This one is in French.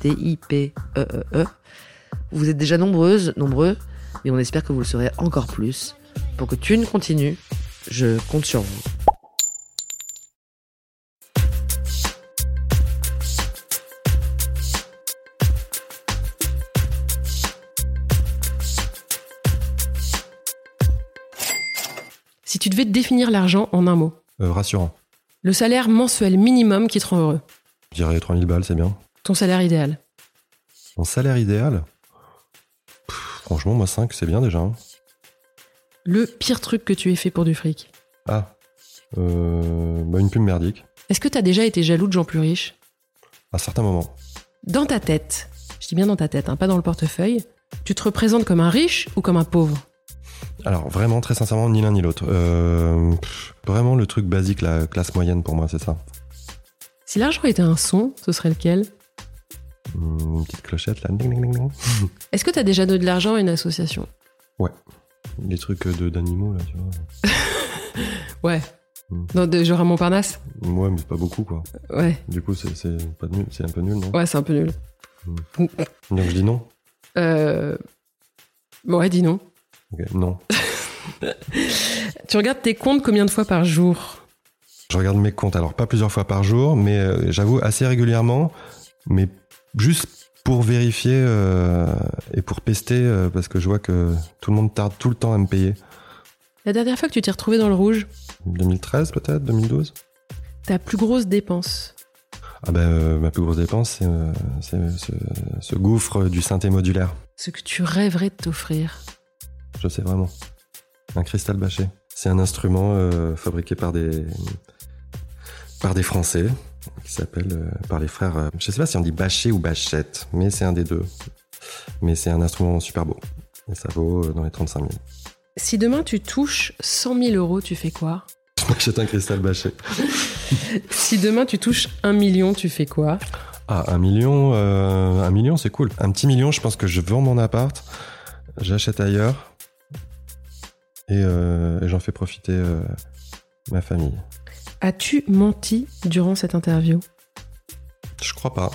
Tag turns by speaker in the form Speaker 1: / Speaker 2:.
Speaker 1: T-I-P-E-E-E. E Vous êtes déjà nombreuses, nombreux, mais on espère que vous le serez encore plus. Pour que Thune continue, je compte sur vous.
Speaker 2: Si tu devais définir l'argent en un mot,
Speaker 3: Euh, rassurant.
Speaker 2: le salaire mensuel minimum qui te rend heureux,
Speaker 3: Je dirais 3000 balles, c'est bien.
Speaker 2: ton salaire idéal,
Speaker 3: Mon salaire idéal Pff, Franchement, moi 5, c'est bien déjà. hein.
Speaker 2: le pire truc que tu aies fait pour du fric.
Speaker 3: Ah, euh, bah, une pub merdique.
Speaker 2: Est-ce que t'as déjà été jaloux de gens plus riches
Speaker 3: À certains moments.
Speaker 2: Dans ta tête, je dis bien dans ta tête, hein, pas dans le portefeuille, tu te représentes comme un riche ou comme un pauvre
Speaker 3: Alors vraiment, très sincèrement, ni l'un ni l'autre. Euh, pff, vraiment le truc basique, la classe moyenne pour moi, c'est ça.
Speaker 2: Si l'argent était un son, ce serait lequel
Speaker 3: Hum, Une petite clochette là. Ding, ding, ding, ding.
Speaker 2: Est-ce que t'as déjà donné de l'argent à une association
Speaker 3: Les trucs euh, de- d'animaux là, tu vois.
Speaker 2: Ouais. Dans des, genre à Montparnasse
Speaker 3: Ouais, mais pas beaucoup quoi.
Speaker 2: Ouais.
Speaker 3: Du coup, c'est c'est pas nul, c'est un peu nul, non
Speaker 2: Ouais, c'est un peu nul.
Speaker 3: Donc je dis non.
Speaker 2: Euh... Ouais, dis non.
Speaker 3: Ok, Non.
Speaker 2: Tu regardes tes comptes combien de fois par jour
Speaker 3: Je regarde mes comptes, alors pas plusieurs fois par jour, mais euh, j'avoue assez régulièrement, mais juste pour vérifier euh, et pour pester, euh, parce que je vois que tout le monde tarde tout le temps à me payer.
Speaker 2: La dernière fois que tu t'es retrouvé dans le rouge,
Speaker 3: 2013 peut-être, 2012
Speaker 2: ta plus grosse dépense.
Speaker 3: Ah ben euh, ma plus grosse dépense, c'est euh, c'est, euh, ce, ce gouffre du synthé modulaire,
Speaker 2: Ce que tu rêverais de t'offrir.
Speaker 3: je sais vraiment. Un cristal bâché. C'est un instrument euh, fabriqué par des, par des Français, qui s'appelle euh, par les frères. euh, je sais pas si on dit bâché ou bâchette, mais c'est un des deux. Mais c'est un instrument super beau. Et ça vaut euh, dans les 35 000.
Speaker 2: Si demain tu touches 100 000 euros, tu fais quoi
Speaker 3: Je m'achète un cristal bâché.
Speaker 2: Si demain tu touches 1 million, tu fais quoi
Speaker 3: Ah, un million, euh, un million, c'est cool. Un petit million, je pense que je vends mon appart, j'achète ailleurs et, euh, et j'en fais profiter euh, ma famille.
Speaker 2: As-tu menti durant cette interview
Speaker 3: Je crois pas.